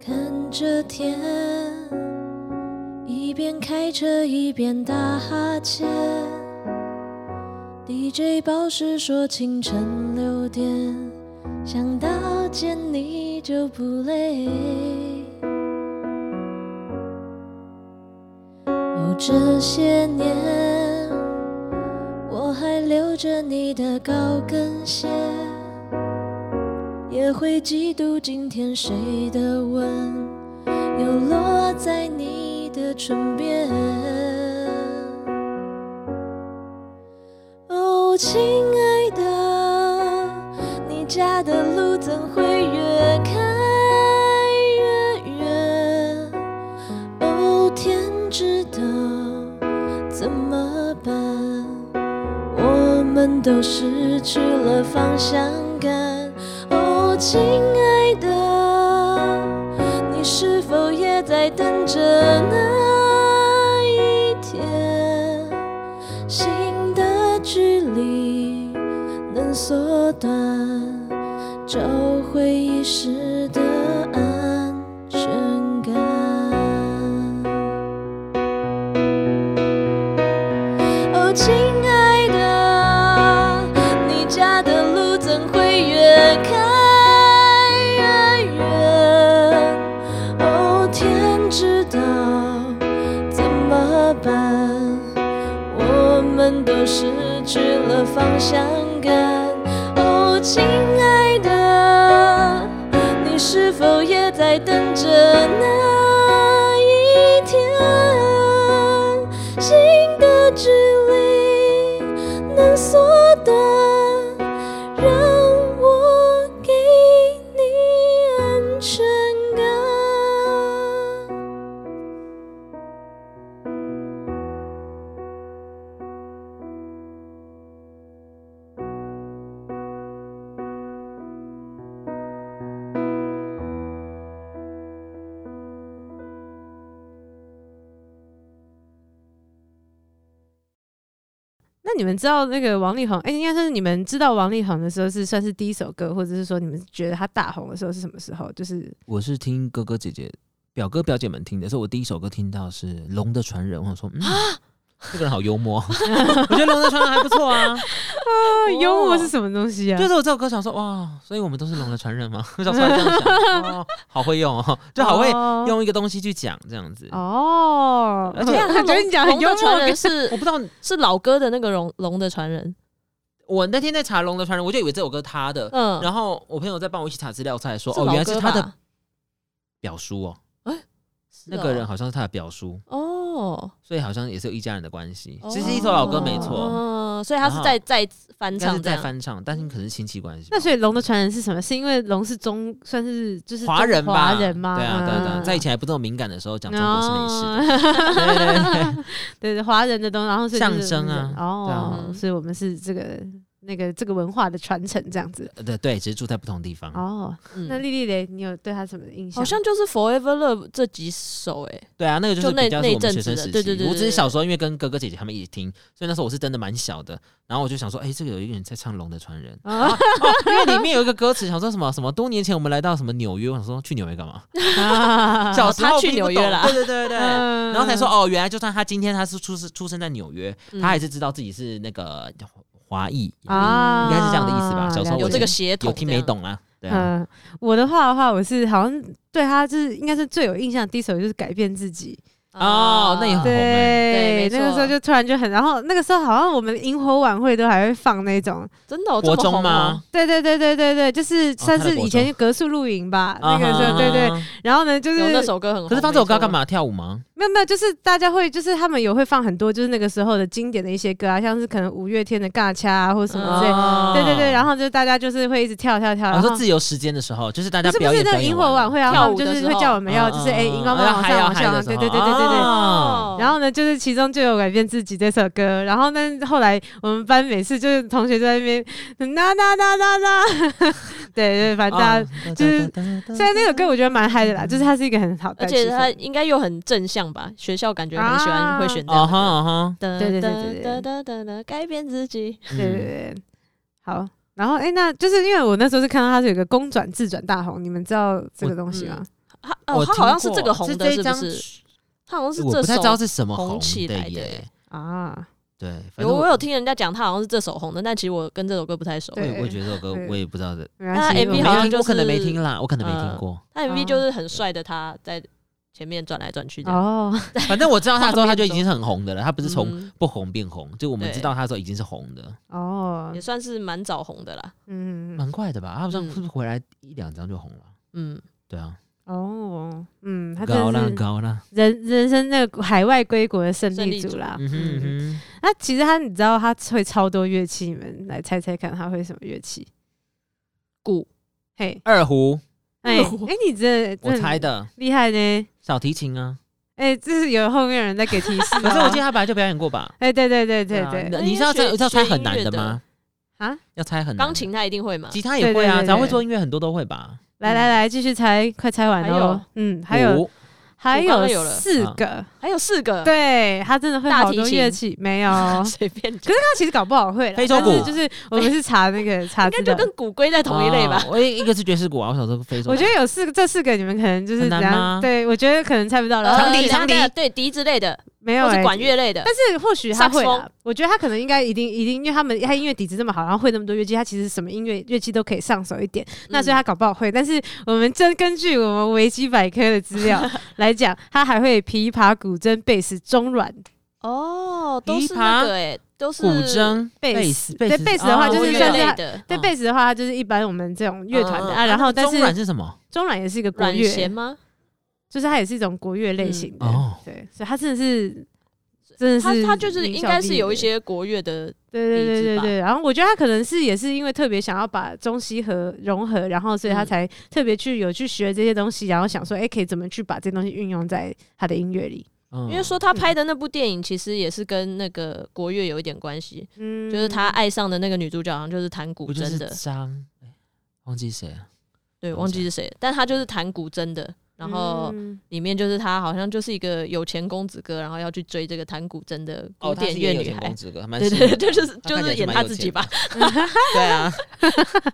D: 看着天，一边开车一边打哈欠。DJ 保时说清晨六点，想到见你就不累。哦，这些年我还留着你的高跟鞋。也会嫉妒今天谁的吻又落在你的唇边。哦，亲爱的，你家的路怎会越开越远？哦，天知道怎么办？我们都失去了方向感。哦，亲爱的，你是否也在等着那一天，心的距离能缩短，找回遗失的安全感？哦，亲爱的，你家的路怎会越开越远？哦，天知道怎么办？我们都失去了方向感。哦，亲爱的，你是否也在等着那一天？心的距离能缩短，让我给你安全感。
A: 那你们知道那个王力宏？哎、应该算是你们知道王力宏的时候是算是第一首歌，或者是说你们觉得他大红的时候是什么时候？就是
B: 我是听哥哥姐姐、表哥表姐们听的，所以我第一首歌听到是《龙的传人》，我想说， 嗯，这个人好幽默，啊 我觉得《龙的传人》还不错啊。
A: 哦，幽默
C: 哦
A: 是什么东西啊？
B: 就是我这首歌想说，哇，所以我们都是龙的传人嘛， 我想突然这样想，哦，好会用哦，就好会
A: 哦
B: 用一个东西去讲这样子。
A: 哦，
B: 而且对
A: 我觉得你讲很
C: 龙
A: 幽
C: 呃的
A: 默
C: 传
A: 感
C: 人是
B: 我不知道，
C: 是老歌的那个龙龙的传人，
B: 我那天在查《龙的传人》，我就以为这首歌他的，
C: 嗯，
B: 然后我朋友在帮我一起查资料，才说
C: 是
B: 哦，
C: 老
B: 原来
C: 歌
B: 是他的
C: 吧
B: 表叔哦，
C: 是
B: 那个人
C: 哦
B: 好像是他的表叔，
C: 哦，
B: 所以好像也是有一家人的关系。
A: 哦
B: 其实一首老歌没错，
C: 嗯，所以他
B: 然
C: 是
B: 后
C: 在在翻
B: 应该
C: 唱
B: 是
C: 这
B: 在
C: 样，
B: 翻唱，但是可能是亲戚关系吧。
A: 那所以龙的传人是什么？是因为龙是中算是就是
B: 华人
A: 中
B: 吧，
A: 华人吗？
B: 对啊，对啊对啊，
A: 嗯
B: 在以前还不这么敏感的时候，讲中国是没事的。
A: 哦
B: 对对对对对
A: 对对，华人的东西，然后是
B: 象征啊
A: 哦
B: 对，
C: 啊
A: 所以我们是这个那个这个文化的传承这样子。
B: 呃对啊对，只是住在不同地方。
A: 哦，那
C: 嗯，
A: 丽丽嘞，你有对她什么印象？
C: 好像就是 Forever Love 这几首哎、
B: 对啊，那个就
C: 就是那
B: 比较是
C: 那一
B: 我们
C: 阵
B: 学
C: 子
B: 生
C: 的
B: 时期。
C: 对对对
B: 我只是
C: 对
B: 小时候因为跟哥哥姐姐他们一起听，所以那时候我是真的蛮小的。然后我就想说，哎、这个有一个人在唱《龙的传人》
A: 啊
B: 啊 哦因为里面有一个歌词，想说什么什么，多年前我们来到什么纽约，我想说去纽约 干嘛？
A: 啊
B: 小时候
C: 他去
B: 并不
C: 纽约
B: 懂
C: 啦
B: 对对对对。
A: 嗯
B: 然后才说哦，原来就算他今天他是出生出生在纽约，他
C: 嗯
B: 还是知道自己是那个华裔，
A: 啊
B: 应该是这样的意思吧小时哦候我
C: 有
B: 以
C: 这
B: 前
C: 个协同，
B: 有听没？懂啊？对啊，
A: 嗯，我的话的话，我是好像对他就是应该是最有印象的第一首就是改变自己，
C: 啊
B: 哦那也很红
A: 对
C: 欸对没
A: 那个时候
C: 错
A: 就突然就很，然后那个时候好像我们萤火晚会都还会放那种，
C: 真的哦有这
B: 国
C: 么
B: 中
C: 红
B: 吗
C: 吗？？
A: 对对对对对对，就是算
B: 哦他的
A: 是
B: 国
A: 以前
B: 中
A: 格数露营吧，
B: 啊
C: 哦
A: 那个时候
B: 哈
A: 对对，。然后呢就是
C: 有那首歌很红，
B: 可是放这首歌要干
C: 没错？
B: 嘛？跳舞吗？
A: 没有没有，就是大家会，就是他们有会放很多，就是那个时候的经典的一些歌啊，像是可能五月天的《尬掐》啊，或者什么之类。
B: 哦
A: 对对对，然后就大家就是会一直跳跳跳，
B: 我
A: 然后
B: 哦说自由时间的时候，就是大
A: 不
B: 家
A: 啊是不
B: 表
A: 是
B: 演
A: 那
B: 表
A: 种
B: 演
A: 萤火晚会啊，
C: 跳
A: 他们
C: 舞
A: 就
C: 的
A: 是
C: 时
A: 会
C: 候
A: 叫我们
B: 啊
A: 要就是哎，荧光棒往上往上，对对对对对对。
B: 哦
A: 然后呢，就是其中就有改变自己这首歌，然后呢，后来我们班每次就是同学就在那边啦啦啦啦啦， 对对，反正大
B: 啊
A: 家。就是虽然那首歌我觉得蛮嗨的啦，就是它是一个很好带
C: 嗯而
A: 气氛
C: 且
A: 的，
C: 他应该又很正向吧？学校感觉很喜欢会选这
B: 啊
C: 样
B: 哈
C: 的
B: 啊哈，
C: 歌。
A: 对对对对对
C: 哒哒哒哒改变自己。
B: 嗯
A: 对对对，好。然后哎、诶那就是因为我那时候是看到它是有一个公转自转大红，你们知道这个东
B: 嗯
A: 西吗？
C: 他哦，
B: 我
C: 他好像
B: 听
C: 是
B: 过
C: 这个红的，
B: 这
C: 是
B: 一
C: 不
B: 张
C: 是？他好像是
B: 我
C: 这
B: 不太知道
C: 首。
B: 是什么
C: 红起来
B: 的
C: 的
B: 耶。
A: 啊，
B: 对，反正
C: 有我有听人家讲，他好像是这首红的，但其实我跟这首歌不太熟。
B: 我
A: 对
B: 也我也觉得这首歌
A: 对
B: 我也不知道的，
A: 没关系
C: 那 MV
B: 我没
C: 好像
B: 听
C: 就
B: 我可能没
C: 是
B: 听啦，我可能没听
C: 呃
B: 过。
C: 他 MV 就是很帅的，他在前面转来转去这样。
A: 啊哦，
B: 反正我知道他之后，他就已
C: 画面中
B: 经是很红的了，他不
C: 不
A: 嗯
B: 是从不红变红，就我们
C: 对
B: 知道他的时候已经是红的，
A: 哦
C: 也，算是蛮早红的啦。
A: 嗯，
B: 蛮快的吧？他好像
C: 嗯
B: 是不是回来一两张就红了？
C: 嗯，
B: 对啊，
A: 哦，嗯，他
B: 高
A: 真
B: 啦
A: 的是
B: 高啦，
A: 人人生那个海外归国的胜
C: 胜
A: 利
C: 利
A: 组
C: 组
A: 啦。
B: 嗯哼
A: 嗯，
B: 嗯
A: 那其实他你知道他会超多乐器，你们来猜猜看他会什么乐器？
C: 鼓
A: 嘿，
B: 哼，二胡
A: 哎、
C: 二胡
A: 哎、你这
B: 我猜的
A: 厉害呢。
B: 小提琴啊，
A: 哎、这是有后面有人在给提示、哦。
B: 可是我记得他本来就表演过吧？
A: 哎、对对对对
B: 啊
A: 对，
B: 那
C: 那
B: 你
C: 因
B: 是
C: 为
B: 要猜
C: 学
B: 要猜
C: 学
B: 很
C: 音
B: 难
C: 乐
B: 的
C: 的
B: 吗？
A: 啊，
B: 要猜很难的
C: 钢琴他一定会嘛。
B: 吉他也会啊，
A: 对对对对
B: 只要会做音乐很多都会吧。
A: 来来来，继续猜，快猜完
C: 还
A: 喽
C: 有。
A: 嗯，还有
B: 鼓
A: 还
C: 我刚刚有了
A: 四
B: 啊
A: 个，
C: 还有四个，，
A: 对他真的会好多乐器，没 有。那
C: 随便讲，
A: 其实搞不好会啦，
B: 非洲
A: 但是
B: 鼓
A: 就是我们是查那 个查
C: 应
A: 资
C: 该
A: 料
C: 就。跟骨龟在同一类吧
B: 啊。我一一个是爵士鼓啊，我想说非洲。
A: 我觉得有四个，这四个你们可能就是
B: 很
A: 怎
B: 难
A: 样？
B: 吗
A: 对，我觉得可能猜不到
C: 呃
A: 了。
B: 哦长笛
C: 等一下
B: 长笛
C: 等一下对笛之类的，
A: 没有
C: 或是
A: 哎
C: 管乐类的
A: 但。是或许他会
C: 萨克
A: 啦，我觉得他可能应该一定一定，因为他们他音乐底子这么好，然后会那么多乐器，他其实什么音乐乐器都可以上手一点。
C: 嗯
A: 那所以他搞不好会，但是我们真根据我们维基百科的资 料来讲，他还会琵琶、古筝、贝斯、中阮、
C: 哦，
B: 都
C: 都
B: 是
C: 是
B: 那
C: 那
B: 个
C: 个哎，都是
B: 古筝、
A: 贝
B: 贝
A: 斯
B: 斯、
A: 对贝斯的话
B: 哦
A: 就是
B: 我
A: 算
C: 乐
A: 是
B: 懂
A: 它
C: 类的
A: 对
B: 嗯
A: 贝斯的话，它就是一般我们这种乐团的
C: 嗯嗯
A: 啊。然后，但
B: 中阮
A: 是
B: 是什么？
A: 中阮也是一个国
C: 软
A: 乐，
C: 弦吗？
A: 就是它也是一种国乐类型的
B: 嗯哦。
A: 对，所以它真的是，真的
C: 他
A: 是
C: 他就是
A: 影
C: 应
A: 响
C: 该
A: 力
C: 是有一
A: 的
C: 些国乐的，
A: 对对
C: 底
A: 对
C: 子
A: 对
C: 吧
A: 对，然后我觉得他可能是也是因为特别想要把中西合融合，然后所以他
C: 嗯
A: 才特别去有去学这些东西，然后想说，哎、可以怎么去把这东西运用在他的音乐里？
B: 因
C: 因为说他
B: 嗯
C: 拍的那部电影其实也是跟那个国乐有一点关系，
A: 嗯
C: 就是他爱上的那个女主角好像就是弹古
B: 不就
C: 筝
B: 是
C: 的，
B: 张，哎忘记谁了。
C: 对，
B: 古筝
C: 忘记是谁，但他就是弹古筝的，然后
A: 嗯
C: 里面就是他好像就是一个有钱公子哥，然后要去追这个弹古筝的
B: 哦
C: 古典乐女 孩。
B: 子歌，
C: 对对对，就
B: 他
C: 是
B: 看
C: 就
B: 起来
C: 是
B: 是
C: 演
B: 蛮
C: 他
B: 有
C: 自己
B: 钱的
C: 吧。
B: 对啊，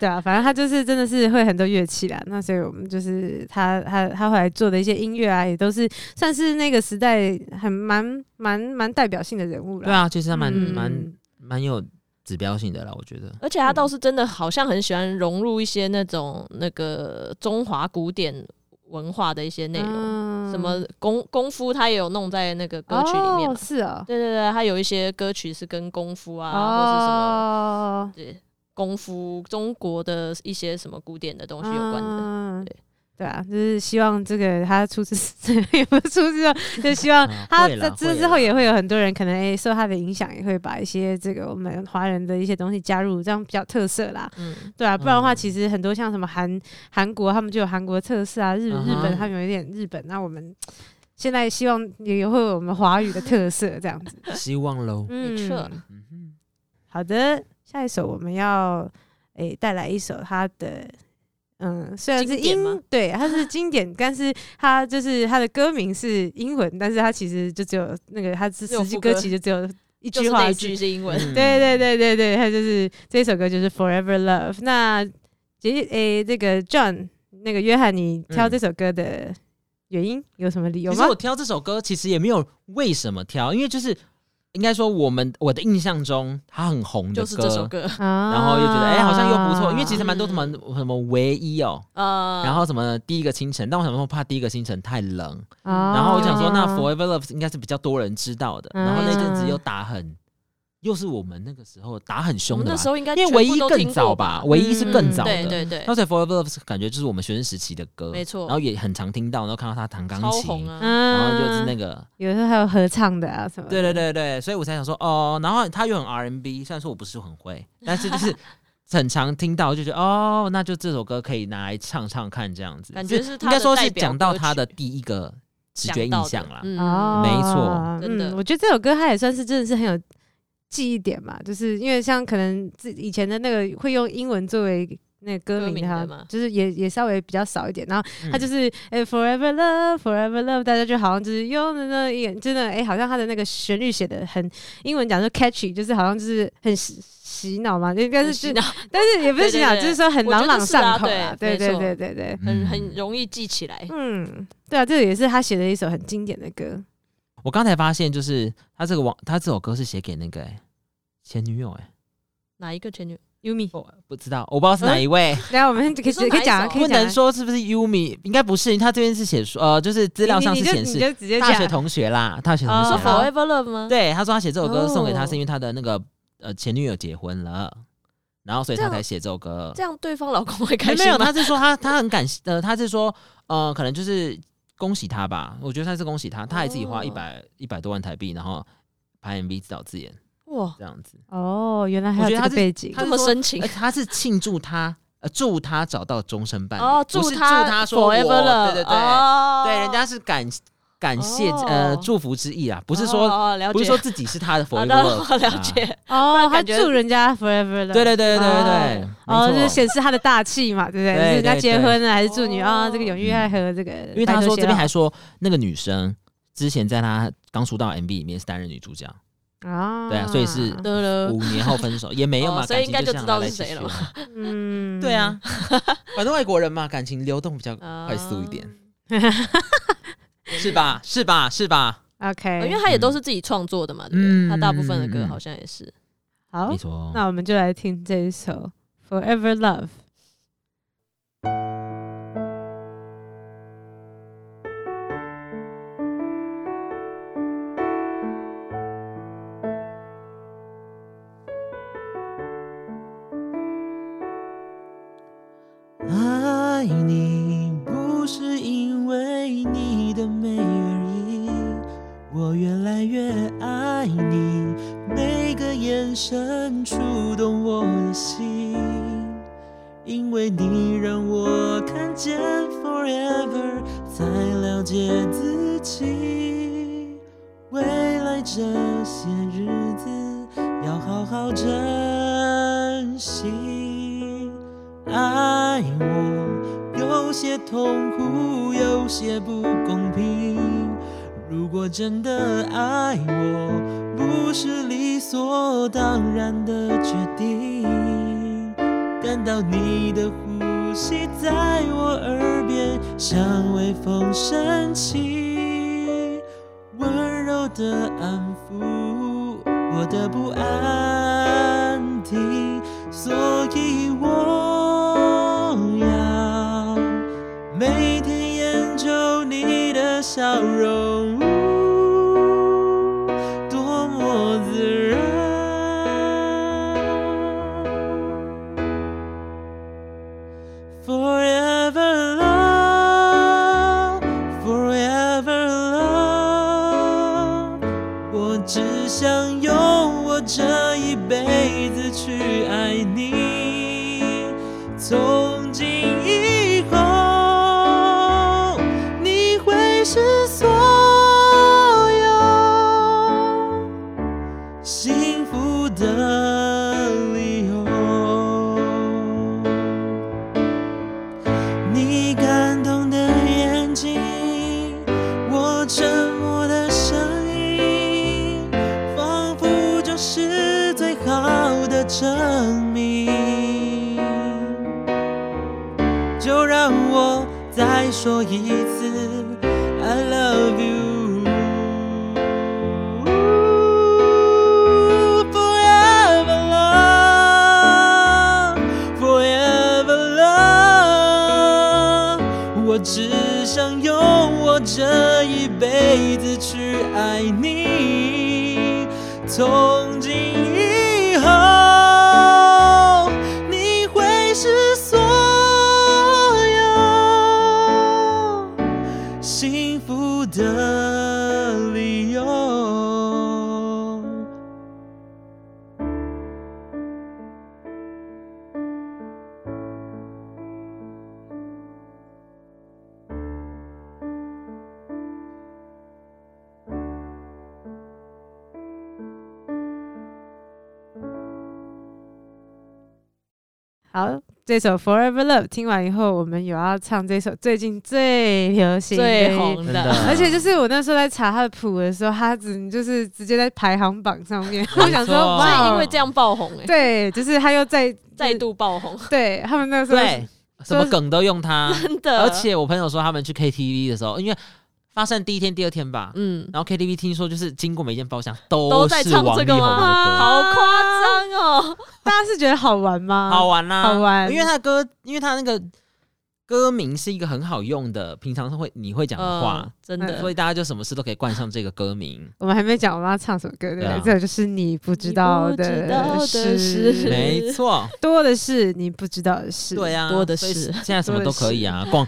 A: 对啊，反正他就是真的是会很多乐器啦。那所以我们就是他他他后来做的一些音乐啊，也都是算是那个时代很蛮蛮蛮代表性的人物了。
B: 对啊，其实还蛮
A: 嗯
B: 蛮蛮有指标性的啦，我觉得。
C: 而且他倒是真的好像很喜欢融入一些那种那个中华古典文化的一些内容，
A: 嗯
C: 什么功功夫他也有弄在那个歌曲里面啊
A: 哦
C: 嘛。
A: 是哦，
C: 对对对，他有一些歌曲是跟功夫啊，
A: 哦，
C: 或是什么对功夫中国的一些什么古典的东西有关的。
A: 嗯
C: 对
A: 对啊，就是希望这个他出事 也不是出事 哦，就希望
C: 啊
B: 嗯
A: 他
B: 会
A: 这
B: 啦
A: 这
B: 会
A: 之后
B: 啦
A: 也会有很多人可能诶、受他的影响，也会把一些这个我们华人的一些东西加入，这样比较特色啦。
C: 嗯，
A: 对啊，不然的话，
B: 嗯
A: 其实很多像什么韩韩国，他们就有韩国特色啊，日
B: 嗯
A: 日
B: 哼
A: 本他们有一点日本，那我们现在希望也会有我们华语的特色这样子。
B: 希望喽。
A: 嗯
C: 没错。
B: 嗯哼，
A: 好的，下一首我们要诶带、来一首他的。嗯，虽然是
C: 经典吗
A: 英，对，它是经典，但是它就是它的歌名是英文，但是它其实就只有那个，它是
C: 只有
A: 实际
C: 副歌
A: 歌词就只有一
C: 就
A: 句
C: 是那
A: 话
C: 一
A: 是
C: 句是英
B: 嗯
C: 文，
A: 对对对对对，他就是这首歌就是 Forever Love。那杰诶、这个 John 那个约翰，你挑
B: 嗯
A: 这首歌的原因有什么理由
B: 其实
A: 吗
B: 我？挑这首歌，其实也没有为什么挑，因为就是应该说我们我的印象中它很红的歌，
C: 就是这首歌，
A: 啊
B: 然后又觉得哎、好像又不错，因为其实蛮多什么
C: 嗯
B: 什么唯一哦，
C: 呃，
B: 然后什么第一个清晨，但我想说怕第一个清晨太冷，
A: 啊
B: 然后我想说那
C: 哦
B: Forever Love 应该是比较多人知道的，
A: 嗯
B: 然后那阵子又打很，又是我们那个时候打很
C: 我
B: 凶
C: 们
B: 的
C: 那
B: 吧
C: 时，候应该
B: 因为
C: 全部
B: 唯一
C: 都
B: 更
C: 听
B: 早
C: 过嗯
B: 吧，唯一是更早的，
C: 对对对
B: 然，后所以 Forever Love 感觉就是我们学生时期的歌，
C: 没错
B: 然后也很常听到，然后看到他弹钢
C: 超红
B: 琴，
C: 啊，
A: 嗯
B: 然后就是那个。
A: 有时候还有合唱的啊什么的
B: 对对对对，所以我才想说哦，然后他又很 R N B，虽然说我不是很 会，但是就是很常听到，就觉得哦，那就这首歌可以拿来唱唱看这样子。
C: 感觉
B: 是
C: 是他
B: 应该
C: 的
B: 说
C: 代
B: 是
C: 表
B: 讲到
C: 歌
B: 他的
C: 曲
B: 第一个直
C: 想
B: 觉
C: 到
B: 印
C: 的
B: 象啦。
C: 嗯
A: 哦，
B: 没错
C: 真的
A: 嗯我觉得这首歌它也算是真的是很有记忆点嘛，就是因为像可能自以前的那个会用英文作为。那个歌
C: 歌
A: 名的
C: 名
A: 哈
C: 的嘛，
A: 就是也也稍微比较少一点，然后他就是是哎、f o r e v e r love forever love，大家就好像就是用的那一眼，真的哎、好像他的那个旋律写的很英文讲说 catchy，就是好像就是很洗洗脑嘛，应该
C: 很
A: 是
C: 洗
A: 是
C: 脑
A: 但是也不是洗脑，
C: 对对对
A: 就是说很
C: 我觉
A: 朗
C: 得
A: 朗
C: 是啊
A: 上口啦，
C: 对
A: 对
C: 没
A: 对
C: 错
A: 对对对，
B: 嗯
C: 很很容易记起来，
A: 嗯，对啊，这也是他写的一首很经典的歌，
B: 我刚才发现，就是他这个网，他这首歌是写给那个、欸前女友哎、
C: 哪一个前女？
A: Yumi，
B: 我不知道，我不知道是哪一位，
A: 等一下我们可以
C: 你说哪一
A: 可以讲啊，
C: 首
A: 嗯 可
B: 不
A: 以
B: 能
A: 讲啊。
B: 说是不是 Yumi，应该不是，他这边是写说呃，就是资料上
A: 你
B: 是
A: 你就
B: 显
A: 你
B: 示
A: 就直接
B: 大学
A: 讲，
B: 同学啦，大学同
A: 哦
B: 学
C: 说
B: 啦。
A: 好
C: Forever Love 吗？
B: 对，他说他写这首歌送给他
C: 哦
B: 是因为他的那个呃前女友结婚了，然后所以
C: 这
B: 他
C: 样
B: 才写这首歌
C: 这。样对方老公会
B: 没
C: 开
B: 有没
C: 心
B: 有，
C: 吗？
B: 他是说他他很感谢呃，他是说呃，可能就是恭喜他吧，我觉得他是恭喜他，他还自己花
C: 哦
B: 一百一百多万台币，然后拍 MV 自导自演
C: 哇，
B: 这样子，
A: 哦，原来还
B: 我觉
A: 有
B: 得
A: 这
B: 他
A: 个
B: 是
A: 背景
B: 他
C: 这
B: 是
C: 么
B: 说
C: 深情
B: 而，且哎他是庆祝他呃祝他找到终身伴侣，
C: 哦，
B: 不
C: 祝
B: 是
C: 他
B: 祝他说
C: Forever
B: 我
C: Love，
B: 对对对、
C: 哦
B: 对，人家是感感谢、呃
C: 哦
B: 祝福之意啊，不
C: 不
B: 是说、
C: 哦了解，
B: 不是说自己是他的
C: 好
B: forever
C: 的
B: love，
C: 了
B: 啊
C: 解，
A: 哦，他
C: 感觉
A: 祝人家 forever 了，
B: 对对对对对对，
A: 哦，就
B: 没
A: 是
B: 错。
A: 显示他的大气嘛，对不对？
B: 对
A: 就是人家
B: 对
A: 结
B: 对
A: 婚了还是处女啊？
C: 哦
A: 这个永浴爱河这个白头偕老，
B: 因为他说这边还说那个女生之前在她刚出道的 MV 里面是担任女主角，
A: 啊，
B: 对啊所以是
C: 对了，
B: 五年后分手也没有嘛，
C: 哦所以应该
B: 感情
C: 就知
B: 像
C: 道
B: 来来
C: 是谁
B: 去去
C: 了
B: 嘛。
A: 嗯，
B: 对 啊，反正外国人嘛，感情流动比较
C: 哦
B: 快速一点，
C: 嗯
B: 是吧？是吧？是吧？
C: 啊？因为
A: ，OK，
C: 他也都是自己创作的嘛，对不对？
B: 嗯
C: 他大部分的歌
B: 嗯
C: 好像也是，
A: 好
B: 没，错。
A: 那我们就来听这一首 Forever Love。
B: 爱你不是因为你的美而已，我越来越爱你，每个眼神触动我的心，因为你让我看见 forever，才了解自己。未来这些日子要好好珍惜。爱我，有些痛苦，有些不公平。如果真的爱我，不是理所当然的决定。感到你的呼吸在我耳边，像微风升起，温柔的安抚我的不安定。所以我要每天研究你的笑容，多么自然。Forever love, forever love。我只想用我这一辈子去爱你，从今以后，你会是所有幸福的我再说一次 I love you forever love forever love，我只想用我这一辈子去爱你，从今以后你会是所有幸福的理由。
A: 好，这首《Forever Love》听完以后，我们有要唱这首最近最流行、
C: 最红
B: 真
C: 的
B: 的，
A: 而且就是我那时候在查他的谱的时候，他只就是直接在排行榜上 面。
B: 没
A: 我想说，
B: 错
A: 哇，
C: 因为这样爆红哎，
A: 对，就是他又在
C: 再度爆红，
A: 对他们那时候
B: 对，什么梗都用它。
C: 真的，
B: 而且我朋友说，他们去 KTV 的时候，因为发散第一天、第二天吧，
C: 嗯，
B: 然后 KTV 听说就是经过每间包厢都
C: 都在
B: 是
C: 唱
B: 王
C: 这
B: 力
C: 个
B: 宏的
C: 吗？
B: 歌，
C: 好夸张哦，
A: 大家是觉得好玩吗？
B: 好玩啦、
A: 好玩
B: 因为他的歌，因为他那个歌名是一个很好用的，平常会你会讲的话
C: 嗯，真的，
B: 所以大家就什么事都可以冠上这个歌名，
A: 我们还没讲我们要唱什么歌，对不对？
B: 对啊
A: 这首就是你不知道
C: 你不知
A: 的
C: 道的事
A: 事，
B: 没错，
A: 多的是你不知道的事。
B: 对啊，
C: 多的
B: 所以
C: 是
B: 现在什么都可以啊，广。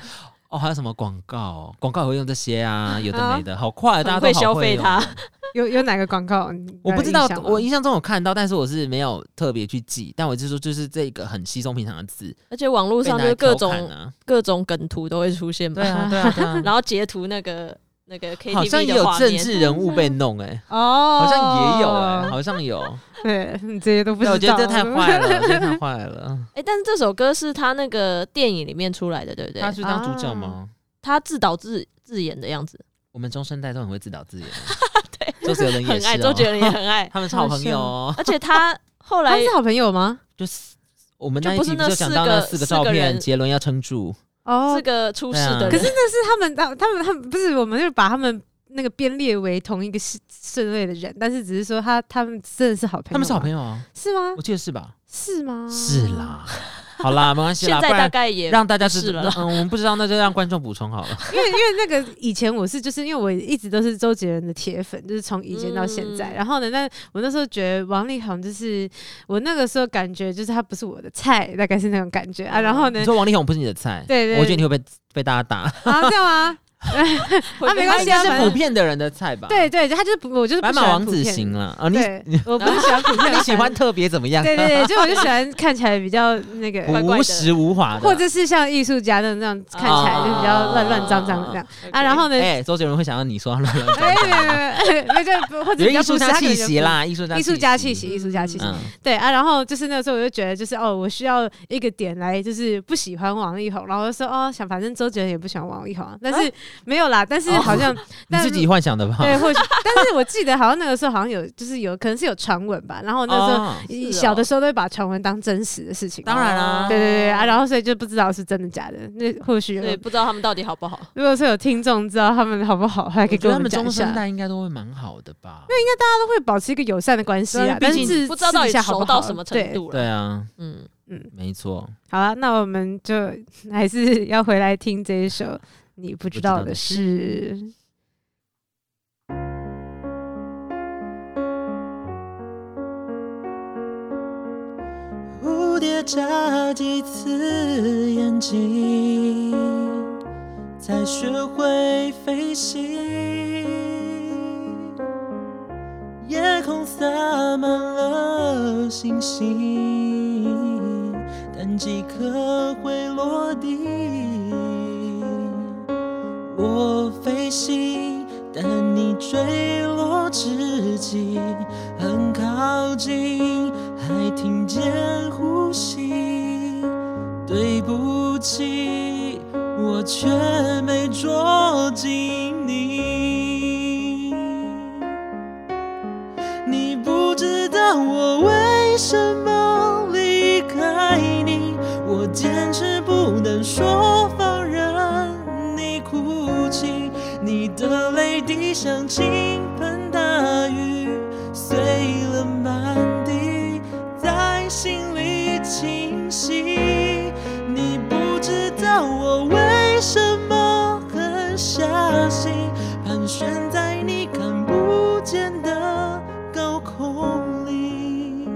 B: 哦，还有什么广告？广告也会用这些 啊，有的
A: 啊
B: 没的，好快，大家
C: 很
B: 都
C: 会
B: 好
C: 消费
B: 用
C: 它，
A: 有有哪个广告？你
B: 我不知道
A: 有印象，吗
B: 我印象中有看到，但是我是没有特别去记。但我就说，就是这个很稀松平常的字，
C: 而且网络
B: 被
C: 上
B: 拿来
C: 就是各
B: 调侃
C: 种
B: 啊，
C: 各种梗图都会出现吧
B: 对，啊，对啊，对啊。
C: 然后截图那个那个
B: 好像
C: KTV
B: 也有
C: 的画
B: 政
C: 面，哦
B: 治人物被弄哎、
A: 哦，
B: 好像也有哎、好像 有。
A: 对你这些都不知
B: 对，
A: 道，啊
B: 我觉得这太坏了，这太坏了。
C: 哎，但是这首歌是他那个电影里面出来的，对不 对啊
B: 他？去当主角吗？
C: 他自导自自演的样子，
B: 我们中生代都很会自导自 演、对，周杰伦也
C: 很
B: 是、
C: 爱
B: 哦，
C: 周杰伦也 很爱，
B: 他们是好朋友哦、
C: 而且他后
A: 他
C: 来
A: 们是好朋友吗？
B: 就是我们
C: 就
B: 那一
C: 不是
B: 集
C: 那
B: 就讲到那四个
C: 四个
B: 照
C: 四个
B: 片，
C: 人
B: 杰伦要撑住。
A: 哦
C: 这，个出事
B: 对
C: 的
B: 啊
C: 人，
B: 可
A: 是那是他们，他他们他们不是，我们就把他们那个编列为同一个世世类的人，但是只是说他他们真的是好朋友，
B: 他们是好朋
A: 友，
B: 友啊，
A: 是吗
B: 我？记得是吧？
A: 是吗？
B: 是，啦，好啦，没关系
C: 嗯现
B: 啦，
C: 在
B: 不
C: 大
B: 然
C: 概也
B: 让大家
C: 不是
B: 知道
C: 了啦。
B: 嗯，我们不知道，那就让观众补充好 了。
A: 因为因为那个以前我是就是因为我一直都是周杰伦的铁粉，就是从以前到现在。
C: 嗯
A: 然后呢，但我那时候觉得王力宏就是我那个时候感觉就是他不是我的菜，大概是那种感觉啊。然后呢
B: 你，说王力宏不是你的菜，
A: 对对
B: 我觉得你会被被大家打，
A: 啊这样啊，
C: 会被
A: 没关
B: 应
A: 系啊
B: 该是
A: 反正
B: 普遍的人的菜吧？
A: 对对，他就是不我就是不
B: 白
A: 喜
B: 马
A: 欢
B: 王
A: 普
B: 子
A: 遍
B: 型了 啊，你
A: 对，我不是喜欢 普遍，
B: 你喜欢特别怎么样？
A: 对对对，就我就喜欢看起来比较那 个，
C: 怪怪
B: 无
C: 的哦
B: 实无华的，
A: 或者是像艺术家那种那样看起来就比较乱乱脏脏的这样啊。然后呢，
B: 哎，周杰伦会想要你说他乱 乱
A: 哎，没有没有没有没有，就或者比
B: 有艺
A: 较
B: 术
A: 不是
B: 家
A: 他可
B: 气
A: 能就
B: 息啦，艺术
A: 不
B: 家
A: 是，艺术家气息，艺术家气息，
B: 嗯，
A: 对啊。然后就是那时候我就觉得，就是哦，我需要一个点来，就是不喜欢王力宏，然后我就说哦，想反正周杰伦也不喜欢王力宏啊，但是没有啦，但是好像
B: 哦 你
A: 但
B: 自己幻想的吧？
A: 对，或许，但是我记得好像那个时候好像有，就是有可能是有传闻吧，然后那时候。
B: 哦
A: 以
C: 是哦
A: 小的时候都会把传闻当真实的事情，
B: 当然啦
A: 对对对啊，然后所以就不知道是真的假的。那或许有
C: 对，不知道他们到底好不好。
A: 如果说有听众知道他们好不好，还可以
B: 我觉
A: 跟我
B: 得他们
A: 讲一
B: 中
A: 下
B: 生。代应该都会蛮好的吧？
A: 都会保持一个友善的关系
B: 对
A: 啊
B: 啊，
A: 但
B: 毕
A: 是
B: 竟
A: 自
C: 不知道到
A: 私底
C: 底
A: 下好
C: 熟
A: 不
C: 到
A: 好
C: 什么
A: 对
C: 程度了。
B: 对啊，
C: 嗯，
B: 没错，
A: 好了，那我们就还是要回来听这一首《你不知道的事》。
B: 蝴蝶眨几次眼睛，才学会飞行。夜空洒满了星星，但几颗会落地。我飞行，但你坠落至极，很靠近，还听见呼吸。对不起，我却没捉紧你。你不知道我为什么离开你，我坚持不能说放任。
E: 像倾盆大雨，碎了满地，在心里清晰。你不知道我为什么狠下心，盘旋在你看不见的高空里，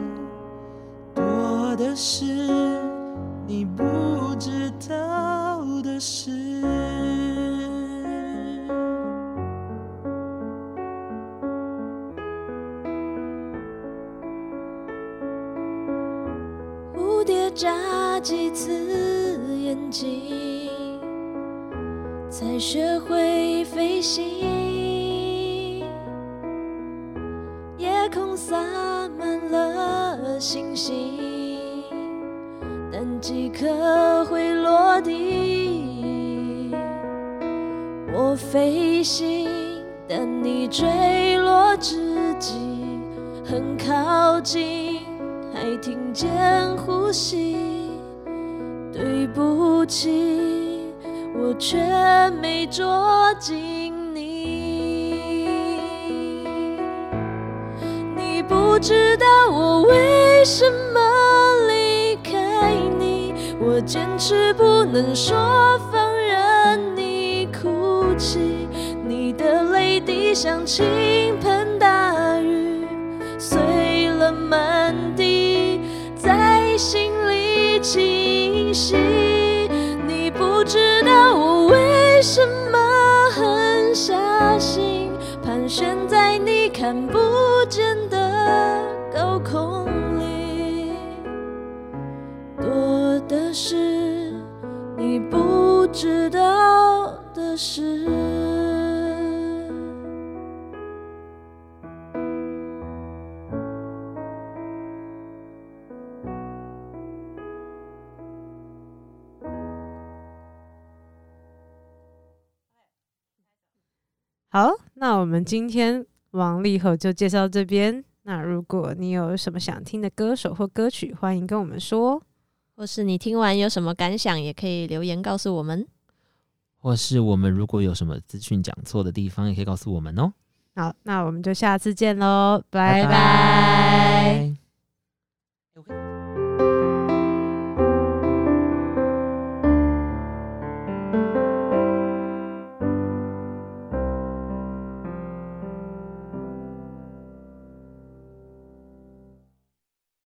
E: 多的是你不知道的事。
D: 蝴蝶眨几次眼睛，才学会飞行。夜空洒满了星星，但几颗会落地。我飞行，但你坠落至极，很靠近，还听见呼吸。对不起，我却没捉紧你。你不知道我为什么离开你，我坚持不能说放任你哭泣，你的泪滴像倾盆大雨，碎了满地，在心里清晰。你不知道我为什么狠下心，盘旋在你看不见的高空里，多的是你不知道的事。
A: 好，那我们今天王力宏就介绍这边。那如果你有什么想听的歌手或歌曲，欢迎跟我们说。
C: 或是你听完有什么感想，也可以留言告诉我们。
E: 或是我们如果有什么资讯讲错的地方，也可以告诉我们哦。
A: 好，那我们就下次见喽，拜拜
E: 拜。